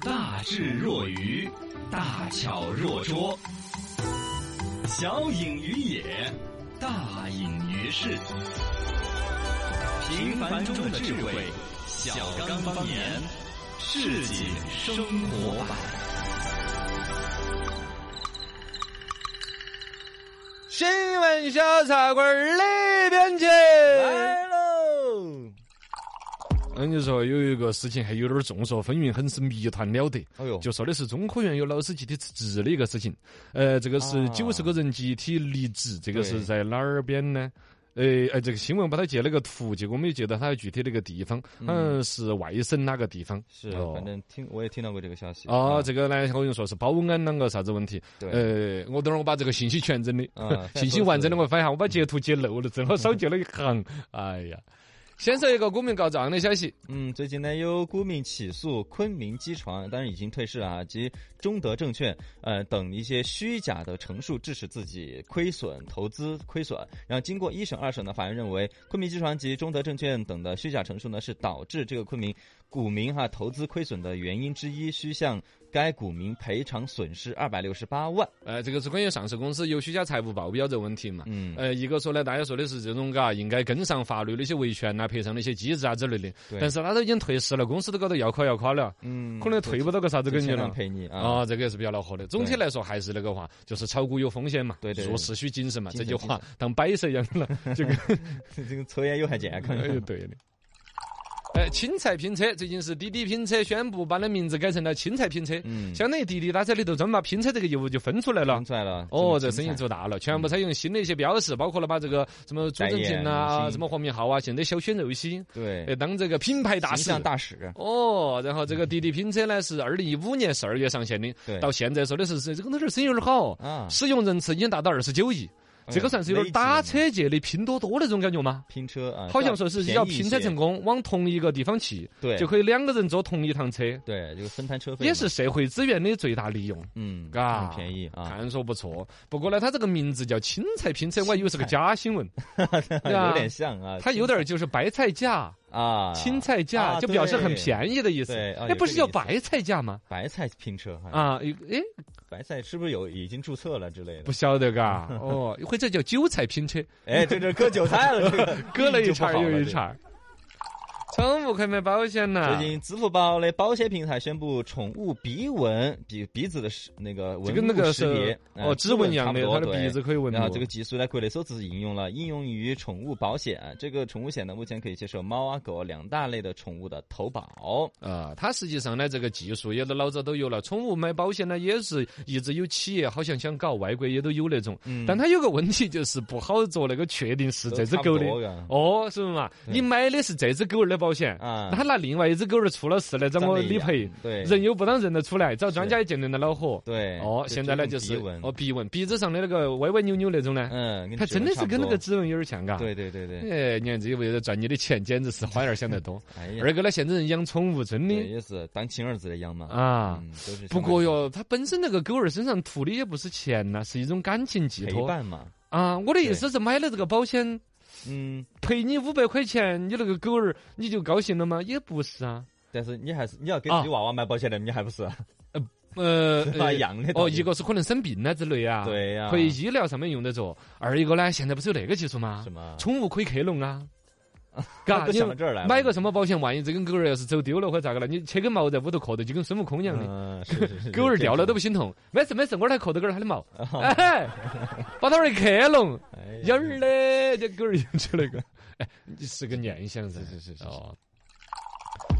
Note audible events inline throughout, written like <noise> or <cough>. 大智若愚，大巧若拙，小隐于野，大隐于市。平凡中的智慧，小刚方言，市井生活版。新闻小茶馆儿里边去。来喽！嗯，就说有一个事情还有点儿众说纷纭，很是谜团了得。哎呦就说的是中科院有老师集体辞职的一个事情。呃，这个是啊九十个人集体离职，这个对是在哪儿边呢？呃，哎，这个新闻把它截了个图，结果没截到它具体的一个地方，嗯，是外省哪个地方？是，哦反正听我也听到过这个消息啊，这个呢，我跟你说是保安啷个啥呃子问题？对呃，我等会儿我把这个信息 <laughs> 全整的啊，信息完整的我翻一下，我把截图截漏了，正好少截了一 <laughs> 行。哎呀，先说一个股民告状的消息，嗯，最近呢，有股民起诉昆明机床，当然已经退市了啊，及中德证券呃等一些虚假的陈述，致使自己亏损投资亏损。然后经过一审、二审呢，法院认为昆明机床及中德证券等的虚假陈述呢，是导致这个昆明股民哈、投资亏损的原因之一，需向该股民赔偿损失二百六十八万。呃，这个是关于上市公司有虚假财务报表这问题嘛？嗯，呃，一个说呢，大家说的是这种嘎，应该跟上法律的一些维权呐、赔偿的一些机制啊之类的。对但是他都已经退市了，公司都搞得要垮要垮了，嗯，可能退不到个啥子给你钱了。赔你啊。啊，这个也是比较恼火的。总体对来说，还是那个话，就是炒股有风险嘛，对对对入市需谨慎嘛，谨这慎句话当摆设一样的了，这个 <laughs> 这个抽烟有害健康。哎对 <laughs> 的。哎，青菜拼车最近是滴滴拼车宣布把它名字改成了青菜拼车，嗯，相当于滴滴打车里头专门把拼车这个业务就分出来了分。出来了。哦，这么生精意彩做大了，全嗯部采用新的一些标识，包括了把这个什么朱正廷代啊、言什么黄明昊啊，现在小鲜肉些，对哎，，当这个品牌大形使象。大使。哦，然后这个滴滴拼车呢是二零一五年十二月上线的，对到现在说的是是这个东西儿生意有点好，啊，哎使用人次已经达到二十九亿，嗯这个算是有点打车界的拼多多那种感觉吗？拼车啊，好像说是要拼车成功，功，往同一个地方去，对，就可以两个人坐同一趟车，对，就分摊车费嘛也是，社会资源的最大利用。嗯，啊很便宜啊，看说不错，不过呢，它这个名字叫青菜拼车，我还以为是个假新闻。 <laughs> 有点像啊，它有点儿就是白菜价、啊，青菜价，啊就表示对很便宜的意思。对啊哎，有不这是个叫意思白菜价吗？白菜拼车啊，啊，有哎，白菜是不是有已经注册了之类不的？晓得 <laughs> 嘎。哦，或者叫韭菜拼车，哎，这这割韭菜了，这个割了一就不茬好儿又一这个茬 <laughs> 儿。宠物快买保险 <laughs> 呐！最近，支付宝的保险平台宣布，宠物鼻纹比鼻子的识那个就纹跟那路个识别是呃哦指纹一样的，差不它多的鼻对子可以闻然到后这个技术呢，国内首次应用了，应用于宠物保险。这个宠物险呢，目前可以接受猫啊、狗啊两大类的宠物的投保。啊，它实际上呢，这个技术也都老早都有了。宠物买保险呢，也是一直有企业好像想搞，外国也都有那种。嗯但它有个问题，就是不好做那个确定是这只都狗的差。不多的哦，是不是嘛？你买的是这只狗儿的保险，啊他拿另外一只狗儿出了事来找长我得一理样赔，对人又不当认得出来，找专家也鉴定得恼火。对哦，就现在呢这种就是鼻纹哦鼻纹，鼻子上的那个歪歪扭扭那种呢，嗯，跟它指真纹的差是不跟那个多指纹有点像嘎。对对对对，哎，你看这为了赚你的钱，简直是花样儿想 <laughs> 得多。哎呀，二个呢，现在人养宠物真对的也是当亲儿子的养嘛。啊。嗯，都是不相当过于哟，它本身那个狗儿身上图的也不是钱呐、是一种感情寄陪托伴嘛。啊。我的意思是，买了这个保险，嗯，赔你五百块钱，你那个狗儿你就高兴了吗？也不是啊。但是你还是你要给啊自己娃娃买保险的，你还不是？呃， <laughs> 啊呃一样的道哦，理一个是可能生病啊之类啊，对呀可以医疗上面用得着。二一个呢，现在不是有那个技术吗？什么宠物可以克隆 <laughs> 啊。都想你到这儿来了买个什么保险？万一这根狗儿要是走丢了或者咋个了，你切根毛在屋头刻着，就跟孙悟空一样的。嗯，是 <laughs> 是是，狗儿掉了不。都不心痛，没事没事，我来刻的根儿它的毛，哎，把它儿克隆，哎幺呀儿嘞，这狗儿就吃那个， <laughs> 哎，你是个念想噻，是是是是哦。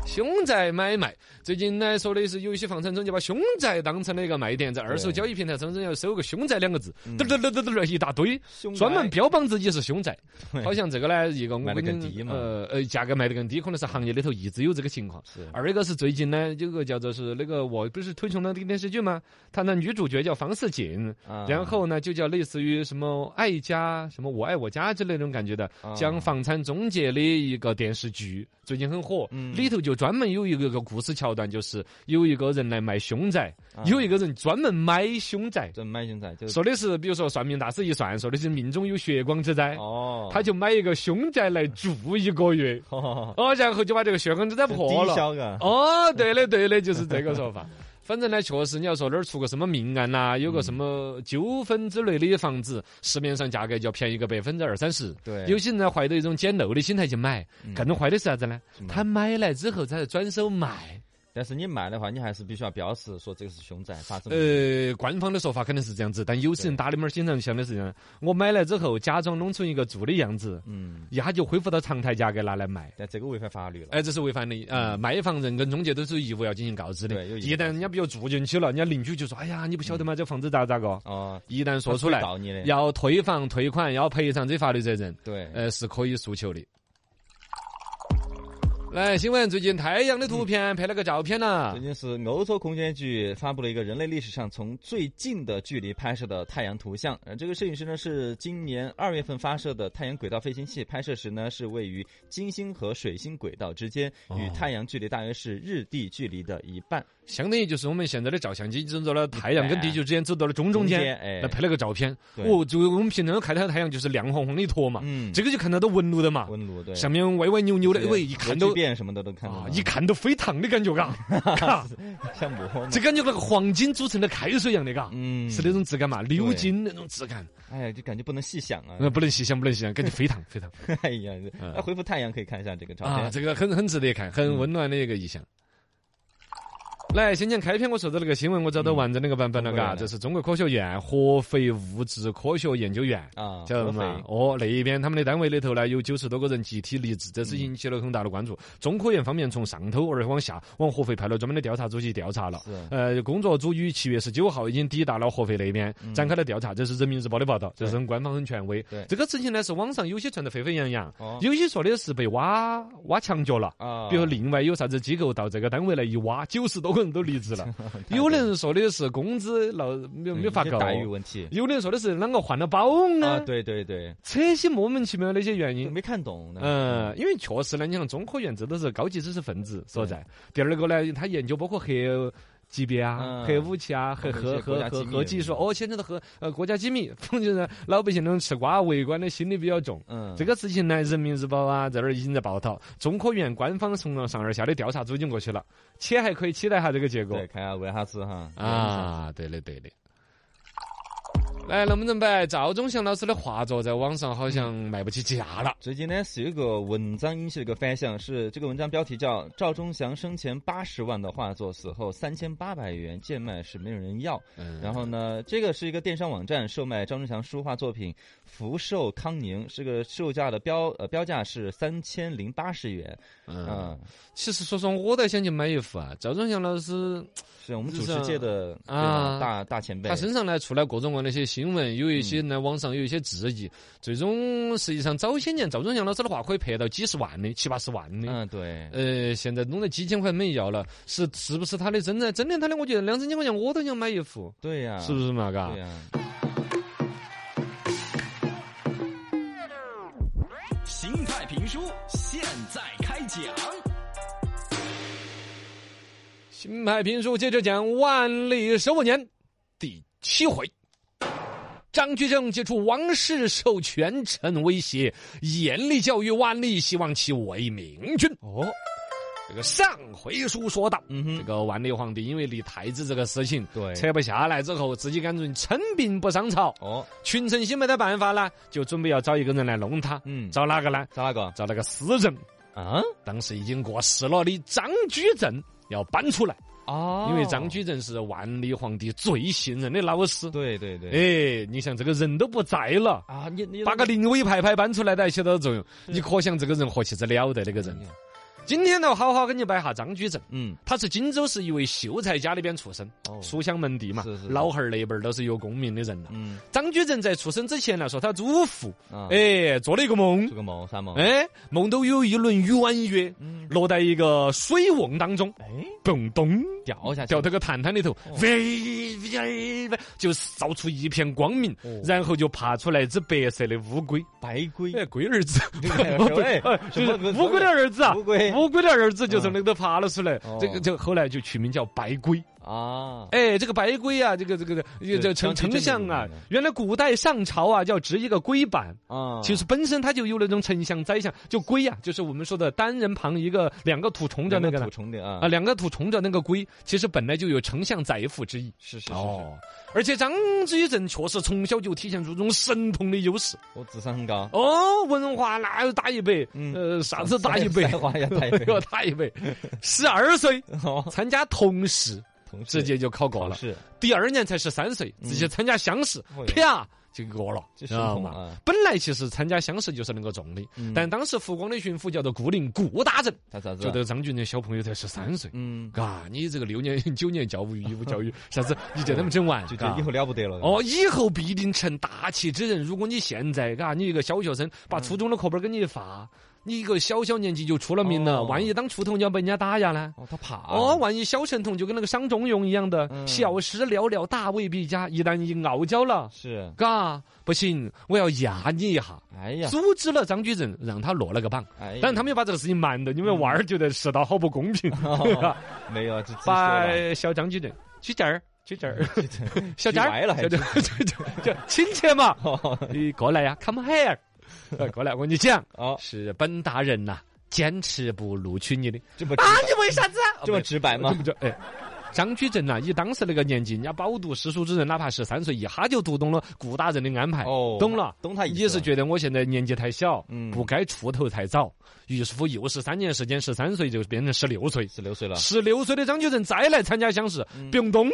凶宅买卖，最近呢说的是有一些房产中介把凶宅当成了一个卖点，在二手对交易平台上要收个“凶宅”两个字，嘚嘚嘚嘚嘚一大堆，凶专门宅标榜自己是凶宅。对好像这个呢，一个我卖得跟更你低嘛呃呃价格卖得更低，可能是行业里头一直有这个情况。是二一个是最近呢，有个叫做是那个我不是推崇的那个电视剧吗？它的女主角叫房似锦，啊然后呢就叫类似于什么爱家、什么我爱我家之类那种感觉的，啊讲房产中介的一个电视剧，最近很火。嗯里头就专门有一个个故事桥段，就是有一个人来卖凶宅，啊有一个人专门买凶宅，这卖凶宅就说的是比如说算命大师一算，说的是命中有血光之灾，哦，嗯他就买一个凶宅来住一个月。哦哦，然后就把这个血光之灾破低了。消啊，哦，对的，对的，就是这个说法。反正呢，确实你要说哪儿出个什么命案呐、嗯有个什么纠纷之类的房子，市面上价格就要便宜个百分之二三十。对，有些人呢怀着一种捡漏的心态去买，嗯更坏的是啥子呢？什么他买来之后，他再转手卖。但是你买的话，你还是必须要标识说这个是凶宅发生的。呃，官方的说法肯定是这样子，但有些人打的猫儿经常想的是这样：我买来之后，假装弄出一个住的样子，嗯，一下就恢复到常态价格拿来卖。但这个违反法律了。哎，这是违反的。呃，卖房人跟中介都是有义务要进行告知的。对有义务一旦人家比如住进去了，人家邻居就说：“哎呀，你不晓得吗？这房子咋咋个哦，？”一旦他说出会来，告你的。要退房、退款，要赔偿这法律责任，对，呃，是可以诉求的。来，新闻最近太阳的图片配了个照片呐、最近是欧洲空间局发布了一个人类历史上从最近的距离拍摄的太阳图像。呃，这个摄影师呢是今年二月份发射的太阳轨道飞行器，拍摄时呢是位于金星和水星轨道之间，与哦太阳距离大约是日地距离的一半。相当于就是我们现在的照相机走到了太阳跟地球之间，走到了中中啊中间间，哎来拍了个照片。对哦，就我们平常看到太阳就是亮晃晃的一坨嘛，嗯，这个就看到都纹路的嘛，温炉对，上面歪歪扭扭的，这喂，一看核聚都变什么的都看得啊到，，一看都飞烫的感 <laughs> 觉，嘎，嘎，像膜嘛。这感觉那个黄金煮成的开水一样的，嘎。嗯，是那，种质感嘛，鎏金那种质感，哎呀，就感觉不能细想啊。呃，不能细想，不能细想，感觉非常非常哎呀，那回复太阳可以看一下这个照啊，片。这个很很值得看，很温暖的一个意象。来，先前开篇我说的那个新闻，我找到完整那个版本了，嗯中国嘎，人这是中国科学院合肥物质科学研究院。啊，晓得合？嘛肥哦，那边他们的单位里头呢，有九十多个人集体离职，这是引起了很大的关注。中科院方面从上头而往下往合肥派了专门的调查组去调查了。是呃，工作组于七月十九号已经抵达了合肥那边，展开了调查。这是人民日报的报道，这是很官方、很权威嗯对。这个事情呢，是网上有些传得沸沸扬扬哦，有些说的是被挖挖墙角了。啊，比如另外有啥子机构到这个单位来一挖，九十多个人都离职了。 <laughs> 有的人说的是工资闹没有没有发嗯一够些，待遇问题有的人说的是啷个换了保啊，安，对对对，这些莫名其妙的一些原就因。没看懂呢。嗯，因为确实呢，你看中科院这都是高级知识分子所在。第二个呢，他研究包括核级别啊、嗯核武器啊、核包括一核些国核家核机密核的技东术。西哦，现在的核呃国家机密， <laughs> 反正呢老百姓那种吃瓜围观的心理比较重。嗯，这个事情呢，《人民日报》啊，在那儿已经在报道，中科院官方从上而下的调查组已经过去了，且还可以期待下这个结果对，看下为啥子哈？啊。对的，对的。来，能不能摆赵忠祥老师的画作在网上好像卖不起价了？最近呢是有一个文章引起了一个反响，是这个文章标题叫《赵忠祥生前八十万的画作，死后三千八百元贱卖是没有人要》。嗯然后呢，这个是一个电商网站售卖张忠祥书画作品，福寿康宁，这个售价的标呃标价是三千零八十元。嗯，嗯，其实说实话，我倒想去买一幅啊。赵忠祥老师，是我们是主持上界的对吧啊大大前辈他。身上呢，出来各种各样的一些新闻，有一些呢，网上有一些质疑。最终，实际上早些年赵忠祥老师的画可以拍到几十万的、七八十万的。嗯，对，呃，现在弄得几千块没要了，是是不是他的真的真的他的？我觉得两三千块钱我都想买一幅，对呀，是不啊是嘛？嘎啊对，呀，心态评书现在开讲。新派评书接着讲万历十五年第七回。张居正接触王室受权臣威胁，严厉教育万历，希望其为明君。哦，这个上回书说到，嗯这哼，个万历皇帝因为立太子这个事情对，扯不下来之后，自己干脆称病不上朝，哦，群臣心没得办法呢，就准备要找一个人来弄他。嗯，找哪个呢？找哪个找那个死人，啊？当时已经过世了的张居正要搬出来，哦，因为张居正是万历皇帝最信任的老师。对对对，哎，你想这个人都不在了，啊，你你把个临危牌牌搬出来都还起到作用，你可想这个人何其之了得那个人。今天呢，好好给你摆下张居正。嗯，他是荆州市一位秀才家里边出生，哦书香门第嘛是是，是老汉儿那辈儿都是有功名的人了。嗯张居正在出生之前呢，说他祖父啊，哎做了一个梦做，个梦啥梦？哎梦到有一轮圆月嗯落在一个水瓮当中，哎，咚咚掉下去，掉到个潭滩里头哦，喂喂喂，就照出一片光明哦，然后就爬出来一只白色的乌龟，白龟，哎龟儿子，哎不不哎哎什就是么不是乌龟的儿子啊，乌龟乌龟的儿子就从那头爬了出来嗯，这个就后来就取名叫白龟。啊，哎，这个白龟啊，这个这个这这丞丞相啊，原来古代上朝啊，要执一个龟板，啊，其实本身它就有那种丞相宰相，就龟呀、就，是我们说的单人旁一个两个土重着那个土呢重的啊啊，，两个土重着那个龟，其实本来就有丞相宰辅之意。是是是是，哦，而且张居正确实从小就体现出这种神童的优势。我智商很高，哦，文化那又打一百，嗯呃，<laughs> 啥子打一百才，华也打一 <laughs> 又杯，打一 <laughs> 百。十二岁哦参加童试，同事直接就考过了。是嗯第二年才十三岁，直接参加乡试哎呦，啪就过了，这知是道统吗？啊，本来其实参加乡试就是能够中的，嗯但当时湖广的巡抚叫做顾灵顾大人，他咋子觉啊？得张俊那小朋友才十三岁。嗯，嘎，你这个六年九年教育义 <laughs> 务教育，啥子你叫他们整完，就这嘎以后了不得了，哦，以后必定成大器之人。如果你现在，嘎，你一个小学生，嗯把初中的课本给你一发，你一个小小年纪就出了名了，哦万一当锄头鸟被人家打压呢？哦，他怕哦，，万一小神童就跟那个商仲永一样的，嗯小时了了，大未必佳。一旦一傲娇了，是，嘎，不行，我要压你一下。哎呀，阻止了张居正，让他落了个榜。哎呀，但他们又把这个事情瞒着，因为娃儿觉得世道好不公平，嗯 <laughs> 啊哦没有，这自己说把了小张居正去这儿。去这儿，嗯小去张歪了还小张，就亲切嘛，哦 <laughs> 你过来呀，come here，呃过来，我跟你讲，哦，是本大人呐、坚持不录取你的这么直啊，你为啥子啊？这么直白对吗？不对？哎，张居正呐、以当时那个年纪，人家饱读诗书之人，哪怕十三岁，一哈就读懂了顾大人的安排，哦懂了。懂他意思了，也是觉得我现在年纪太小，嗯不该出头太早，于是乎又是三年时间，十三岁就变成十六岁，十六岁了，十六岁的嗯张居正再来参加乡试，丙咚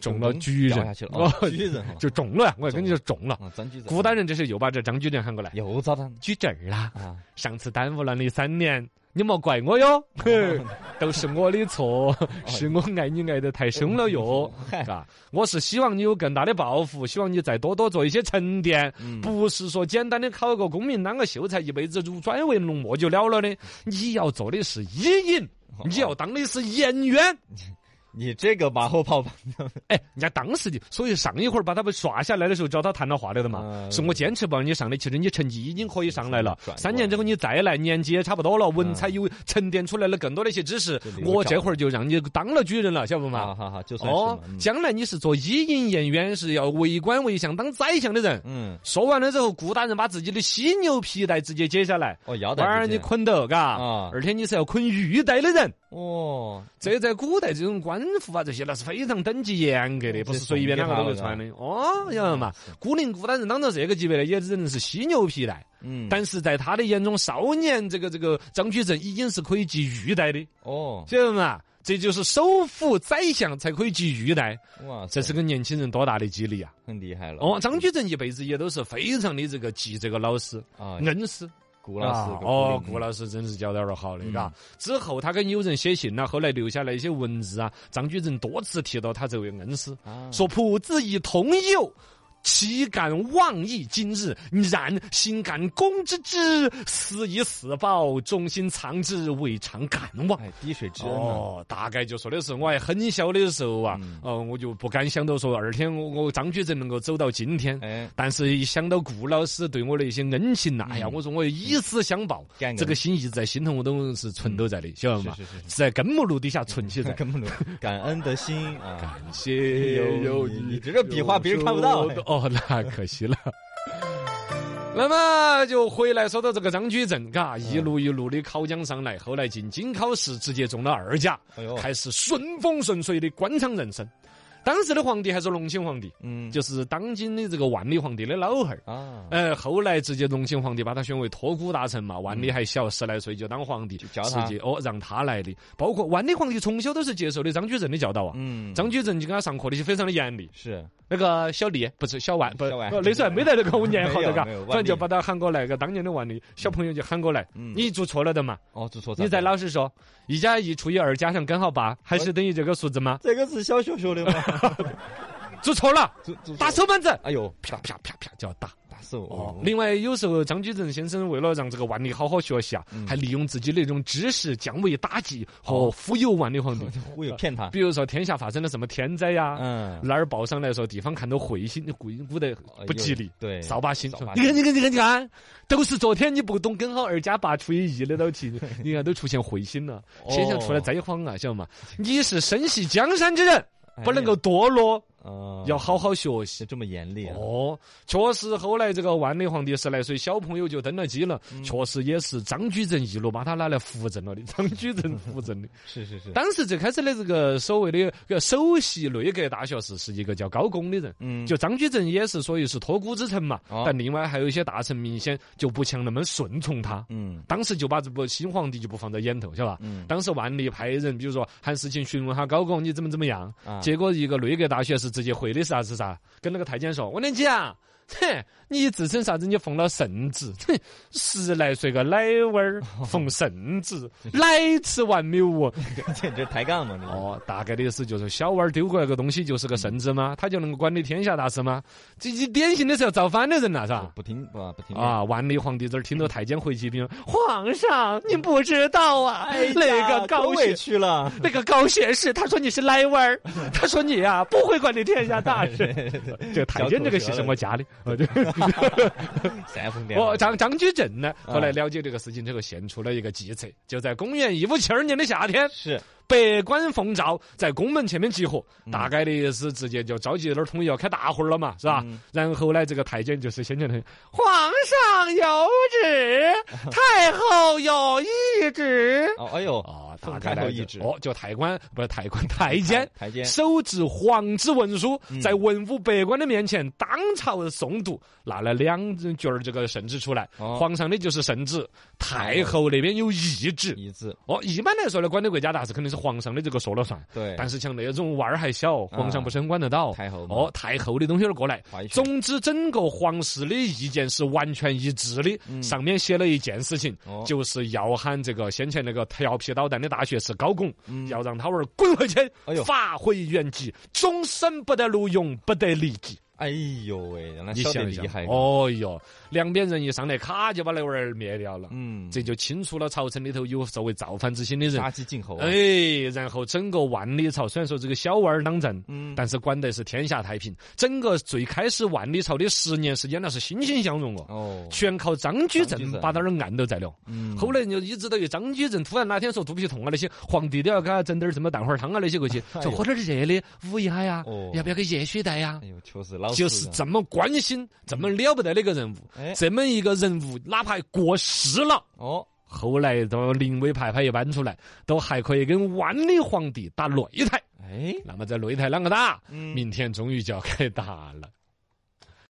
中了举掉人下去了，<laughs> 哦举人 <laughs> 哈就中了呀！我跟你说啊中了。啊，张举人，古大人这是又把这张居正喊过来，又咋的举证儿啦！啊？上次耽误了你三年，你莫怪我 <laughs> 哟，嘿 <laughs> 都是我的错，是我爱你爱得太凶了哟。嘎，我是希望你有更大的抱负，希望你再多多做一些沉淀，嗯不是说简单的考个功名当个秀才，一辈子如转为龙磨就了了嗯的。你要做的是伊尹，哦你要当的是演员。你这个马后炮吧，哎，人家当时就，所以上一会儿把他们刷下来的时候，找他谈了话了的嘛。嗯是我坚持不让你上的，其实你成绩已经可以上来了转过来。三年之后你再来，年纪也差不多了，文采有沉淀出来了更多的一些知识就留，我着这会儿就让你当了举人了，晓得不好嘛？好好，就算啊是哦嘛，嗯，将来你是做伊尹演员，是要为官为相、当宰相的人。嗯，说完了之后，顾大人把自己的犀牛皮带直接解下来，哦，腰带娃儿不你见捆到，嘎啊，而且你是要捆玉带的人。哦，这在古代这种官服啊，这些那是非常等级严格嗯的，不是随便哪个都能穿的。啊哦，晓得嘛？古灵古大人当到这个级别的，也只能是犀牛皮带。嗯，但是在他的眼中，少年这个这个张居正已经是可以系玉带的，哦，晓得嘛？这就是首辅宰相才可以系玉带，哇塞，这是给年轻人多大的激励啊！很厉害了哦，张居正一辈子也都是非常的这个记这个老师啊，恩师。顾老师啊跟哦，顾顾老老师真是教得儿好的，嗯嘎。之后他跟友人写信了，后来留下来一些文字啊。张居正多次提到他这位恩师，啊说朴子以同友。岂敢妄议今日？然心感公之之，死以死报，忠心藏之，未尝敢忘。哎，滴水之恩嘛，哦，大概就说的是我还很小的时候啊，嗯呃，我就不敢想到说二天我我张居正能够走到今天，哎，但是一想到顾老师对我的一些恩情呐，嗯哎呀，我说我要以死相报感，恩这个心一直在心头，我都是存都嗯在的，晓得吗是是是？在根目录底下存起在。根本就感恩的心啊，感谢有有你你，哎你这个比划别人看不到哎哦，那可惜了。 <laughs> 那么就回来说到这个张居正，嘎，嗯一路一路的考将上来，后来进京考试，直接中了二甲哎呦，开始顺风顺水的官场人生。当时的皇帝还是隆庆皇帝，嗯，就是当今的这个万历皇帝的老汉儿。啊，呃，后来直接隆庆皇帝把他选为托孤大臣嘛，万历还小，十来岁就当皇帝，嗯就教他直接哦让他来的。包括万历皇帝从小都是接受的张居正的教导啊，嗯，张居正就给他上课那些非常的严厉。是那个小丽不是小万，不小万不那时候还没得那个我年号 <laughs> 没有的嘎，没有万历反正就把他喊过来，个当年的万历小朋友就喊过来，嗯你做错了的嘛，哦，做错，你再老实说，一加一除以二加上根号八，还是等于这个数字吗？这个是小学学的 <laughs> 吗？做错了，做做打手板子，哎呦，啪啪啪啪就要打。打手哦哦，，另外有时候张居正先生为了让这个万历好好学习啊，嗯还利用自己那种知识降维打击哦和忽悠万历 <laughs> 皇帝。忽悠骗他， <laughs> 比如说天下发生了什么天灾呀、嗯，哪儿报上来说地方看到彗星，古古代不吉哎利呦，对扫把星扫说把，你看你看你看你看，都是昨天你不懂根号二加八除以一那 <laughs> 道题，你看都出现彗星了，哦天上出了灾荒啊，晓得吗？你是身系江山之人，哎呀不能够堕落，哦要好好学是习。这么严厉啊？哦，确实，后来这个万历皇帝十来岁小朋友就登了基了，嗯确实也是张居正一路把他拿来扶正了的，张居正扶正的。是是是， <laughs> 当时最开始的这个所谓的呃首席内阁大学士是一个叫高拱的人，嗯，就张居正也是所以是托孤之臣嘛，哦但另外还有一些大臣明显就不像那么顺从他，嗯当时就把这部新皇帝就不放在眼头，晓得吧？嗯当时万历派人，比如说喊事情询问下高拱你怎么怎么样，啊 <laughs> 结果一个内阁大学士直接回的是啥子啥，跟那个太监说，我跟你讲。哼，你自称啥子？你奉了圣旨，哼，十来岁个奶娃儿奉圣旨，奶吃完没有哦？这这是抬杠嘛？这是哦，大概的意思就是小娃儿丢过来个东西就是个圣旨吗？他就能够管理天下大事吗？这这典型的是要造反的人呐，是吧？不听啊不听命啊！万历皇帝这儿听到太监回骑兵，皇上您不知道啊，那呀个可高委学屈了， <laughs> 那个高学士，他说你是赖弯儿，他说你啊不会管理天下 <laughs> 大事。这个太监这个是什么家的？啊，对。三分点我张张居正呢，啊后来了解这个事情之后，献出了一个计策，就在公元一五七二年的夏 <laughs> 天，是百官奉诏在宫门前面集合，嗯大概的意思直接就召集那儿统一要开大会儿了嘛，是嗯吧？然后呢，这个太监就是先前的皇上有 <laughs> 旨，太后有懿旨。哦，哎呦，啊，奉大概太后来懿自旨哦，就太官不是太官太监。台阶手执皇旨文书，嗯在文武百官的面前当朝诵读，拿了两卷儿这个圣旨出来。哦皇上的就是圣旨，太后那边有懿旨。一字，哦，一般来说呢，管理国家大事肯定是皇上的这个说了算。对，但是像那种娃儿还小，皇上不是很管得哎到。啊太后嘛哦，太后的东西儿过来话语。权总之，整个皇室的意见是完全一致的。上面写了一件事情嗯哦，就是要喊这个先前那个调皮捣蛋的大学士高拱嗯，要让他娃儿滚回去哎呦，发回原籍，终身不得录用，不得离籍。哎呦喂，那你小得想一想啊厉害，，哦哟，两边人一上来，咔就把那娃儿灭掉了。嗯，这就清除了朝臣里头有作为造反之心的人，杀鸡儆猴啊，哎，然后整个万历朝虽然说这个小娃儿当政，嗯但是管得是天下太平。整个最开始万历朝的十年时间，那是欣欣向荣哦。哦，全靠张居张居正正把他儿按到在了，嗯后来就一直到有张居正突然哪天说肚皮痛啊那些，皇帝都要给他整点儿什么蛋花汤啊那些过去， <laughs> 哎呦说喝点儿热的捂一下呀哦，要不要给热水袋呀哎？呦，确实老实就是啊这么关心，这么了不得的一个人物哎，这么一个人物，哪怕过世了，哦，后来都临危牌牌一搬出来，都还可以跟万历皇帝打擂台。哎，那么在擂台啷个打？嗯明天终于就要开打了。